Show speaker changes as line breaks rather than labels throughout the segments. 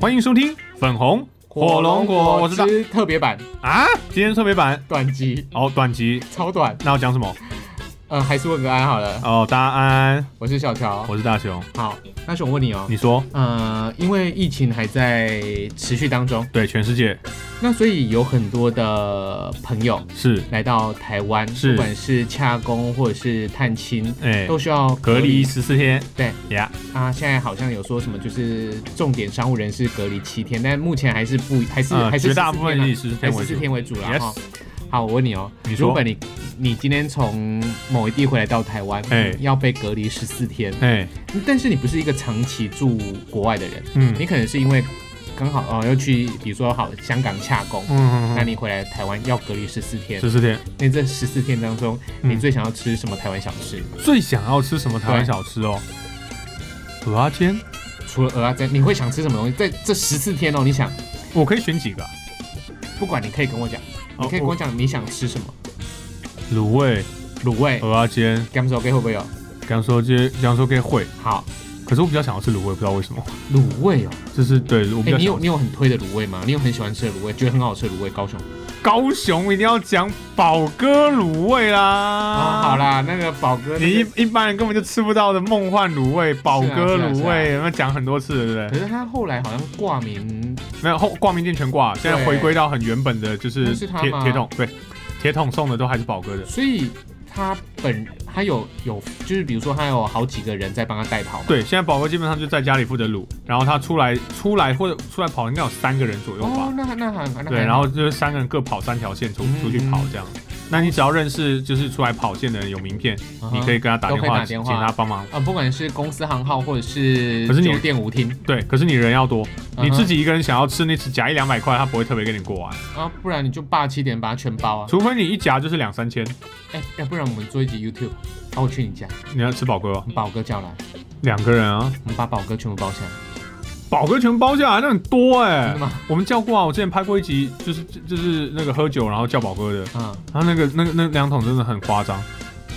欢迎收听粉红火龙果，我知道
吃特别版
啊，今天特别版
短集，
哦，短集，
超短。
那我讲什么？
嗯，还是问个安好了。
哦，大家安安，
我是小乔。
我是大雄，
好，那是我问你哦、
你说
呃，因为疫情还在持续当中，
对，全世界
那所以有很多的朋友
是
来到台湾，
是
不管是洽工或者是探亲，
哎、
都需要
隔离。十四天
对
呀，
啊，现在好像有说什么就是重点商务人士隔离七天，但目前还是不还是、
呃，
还是
绝大部
14天啊
分以十四天
还是
为主
四，天为主了
Yes
哈。好，我问你哦、
你说
如果你你今天从某一地回来到台湾，
哎
要被隔离十四天，
哎、
但是你不是一个长期住国外的人，
嗯
你可能是因为刚好哦、要去，比如说好香港洽工。
嗯
那
嗯，
你回来台湾要隔离十四天，
十四天
那这十四天当中，
嗯
你最想要吃什么台湾小吃？
最想要吃什么台湾小吃哦？鹅阿煎，
除了蚵仔煎，你会想吃什么东西？在这十四天哦，你想，
我可以选几个、啊？
不管你可以跟我讲，
哦
你可以跟我讲你想吃什么，
卤味、
卤味、
鹅阿煎、
干烧给会不会有？
刚说这刚说可以会，
好，
可是我比较想要吃卤味，不知道为什么，
卤味哦，
就是对我比
哎、
较想
你有你有很推的卤味吗？你有很喜欢吃的卤味，觉得很好吃的卤味？高雄
高雄一定要讲宝哥卤味啦！
啊，好，啦，那个宝哥、那个
你一一般人根本就吃不到的梦幻卤味、宝哥
是
卤
啊
味，有没有讲很多次了，对不
可是他后来好像挂名，
对？没有后挂名店全挂，现在回归到很原本的，就是
那是他
铁
吗
铁桶对，铁桶送的都还是宝哥的，
所以他本他有有就是比如说他有好几个人在帮他代跑嘛，
对，现在宝哥基本上就在家里负责卤，然后他出来出来或者出来跑应该有三个人左右吧
哦，，那那还那还
对，然后就是三个人各跑三条线出
嗯
出去跑这样。那你只要认识就是出来跑线的人有名片，你可
以
以跟他打
嗯都
电
可以
话，
打电话
请他帮忙
啊、不管是公司行号或者是
可是你
酒店舞厅
对，可是你人要多，
嗯哼
你自己一个人想要吃那次夹一两百块，他不会特别给你过来，
啊，不然你就霸气点把它全包啊，
除非你一夹就是两三千。
哎、要不然我们做一集 YouTube，啊，我去你家，
你要吃宝哥、哦，
你把宝哥叫来，
两个人啊，
我们把宝哥全部包下来，
宝哥全包下来，那很多哎、
真的吗？
我们叫过啊，我之前拍过一集，就是就是那个喝酒然后叫宝哥的，
啊、
然后那个那个那两桶真的很夸张，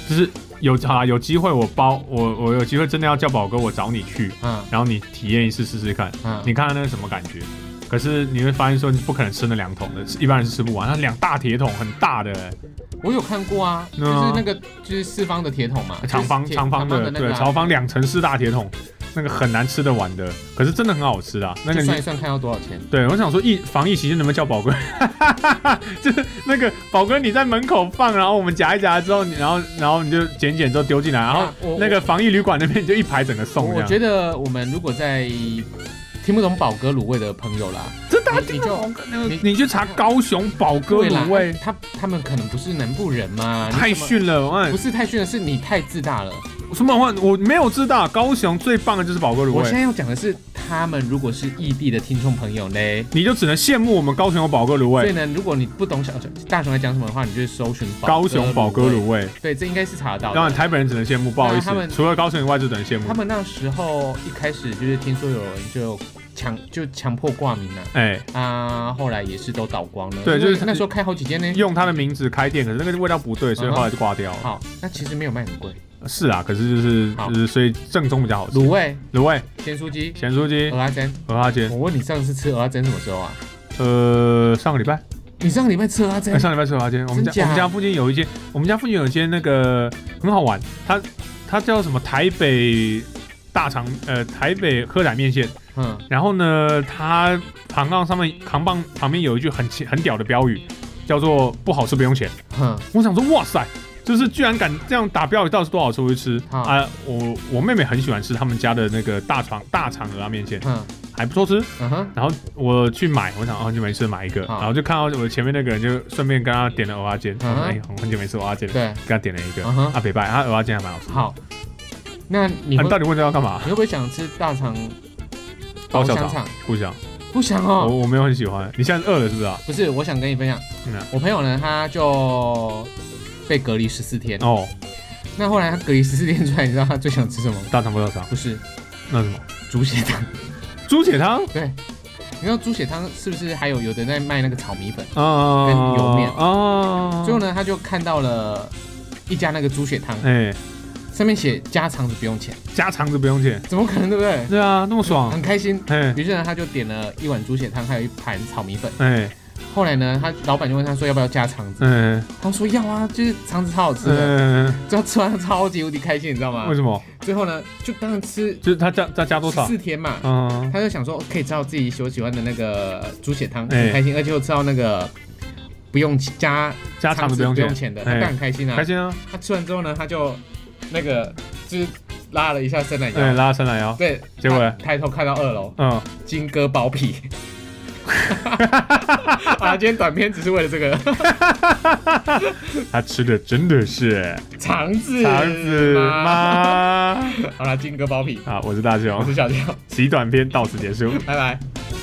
就是有好啦，有机会我包我我有机会真的要叫宝哥，我找你去，
嗯
然后你体验一次试试看，
嗯
你看看那个什么感觉。可是你会发现说你不可能吃那两桶的，一般人是吃不完，那两大铁桶很大的、欸，
我有看过啊，就
嗯啊
是那个就是四方的铁桶嘛，
长方
就是铁
长方的，
那
对，
个啊
长方两层式大铁桶，那个很难吃得完的，可是真的很好吃啊。那个
就
你
算一算看要多少钱。
对我想说疫防疫期间能不能叫宝哥， 就是那个宝哥你在门口放，然后我们夹一夹之后，你然后然后你就捡一捡之后丢进来，然后
啊我
那个防疫旅馆那边你就一排整个
我
送这
我
样。
觉得我们如果在听不懂宝哥卤味的朋友啦，
这大家
你
听
你
得
就
懂那个
你
你去查高雄宝哥
对啦
卤味，
他他们可能不是南部人嘛，你
太
怎么，
逊了，哎
不，是太逊了，是你太自大了。
什么话我没有知道，高雄最棒的就是宝哥卤
我现
味。
在要讲的是，他们如果是异地的听众朋友嘞。
你就只能羡慕我们高雄有宝哥卤
所以
味，
呢，如果你不懂小大雄在讲什么的话，你就搜寻宝哥
高雄宝哥
卤
卤
味。
味。
对，这应该是查得到
当然，
的。
台北人只能羡慕，不好意
那他
思
们，
除了高雄以外就只能羡慕
他。们那时候一开始就是听说有人就强就强迫挂名了、啊，
哎，
啊，后来也是都倒光了。
对
因为
就是
那时候开好几间呢。
用他的名字开店，可是那个味道不对，所以后来就挂掉了。
嗯好，那其实没有卖很贵。
是啊，可是就是
好
就是，所以正宗比较好吃。
卤味、
卤味、
咸酥鸡、
咸酥鸡
鹅、阿珍。
荷花煎，
我问你上次吃鹅阿珍什么时候啊？
呃，上个礼拜，
你上个礼拜吃鹅阿珍
哎，？上礼拜吃荷花煎。我们家
真假
我们家附近有一间，我们家附近有一间那个很好玩，它它叫什么台北大肠呃台北蚵仔面线。
嗯，
然后呢，它扛杠上面扛棒旁边有一句很奇很屌的标语，叫做“不好吃不用钱”。
哼，
我想说，哇塞，就是居然敢这样打标语，到底是多少吃回去吃
啊
啊？我我妹妹很喜欢吃他们家的那个大肠大肠鹅啊面线，
哼，
还不错吃。
嗯哼，
然后我去买，我想啊，很久没吃，买一个，
啊
然后就看到我前面那个人，就顺便跟他点了蚵仔煎，
嗯哼
哎，很久没吃蚵仔煎了，
对，
给他点了一个
嗯哼
啊，北拜，他蚵仔煎还蛮好吃的。
好。那你
啊
会
你到底问这要干 嘛？
你会不会想吃大肠
包小
香
肠
肠？
不想，
不想
我
哦，
我没有很喜欢。你现在饿了是不是啊？
不是，我想跟你分享
嗯啊，
我朋友呢，他就被隔离十四天。
哦，
那后来他隔离十四天出来，你知道他最想吃什么？
大肠不大肠，
不是
那什么
猪血汤。
猪血汤
对， 你知道猪血汤是不是还有有的在卖那个炒米粉？
啊，
跟油面
啊，
哦最后呢，他就看到了一家那个猪血汤，
哎，
上面写加肠子不用钱，
加肠子不用钱。
怎么可能对不对？
对啊，那么爽。
很开心。
哎
于是呢，他就点了一碗猪血汤，还有一盘炒米粉。
哎
后来呢，他老板就问他说要不要加肠子，
哎
他说要啊，就是肠子超好吃的，
嗯，
就他吃完超级无敌开心，你知道吗
为？什么？
最后呢，就当然吃
就是他加再加多少？
四天嘛，
嗯，
他就想说可以吃到自己所喜欢的那个猪血汤，
哎
很开心，而且又吃到那个不用加
加肠子不用
不用
钱，
钱的，他
哎
当然很开心啊
开。心啊！
他吃完之后呢，他就那个就是拉了一下伸懒
哎，
腰，
拉伸懒腰。
对，
结果
他
呢
抬头看到二楼
嗯，
金哥 包皮。啊，今天短片只是为了这个
他吃的真的是
肠子
肠子
吗？
吗？
好了，金哥包皮，
啊，我是大
我
雄，
是小乔，
洗短片到此结束。
拜拜。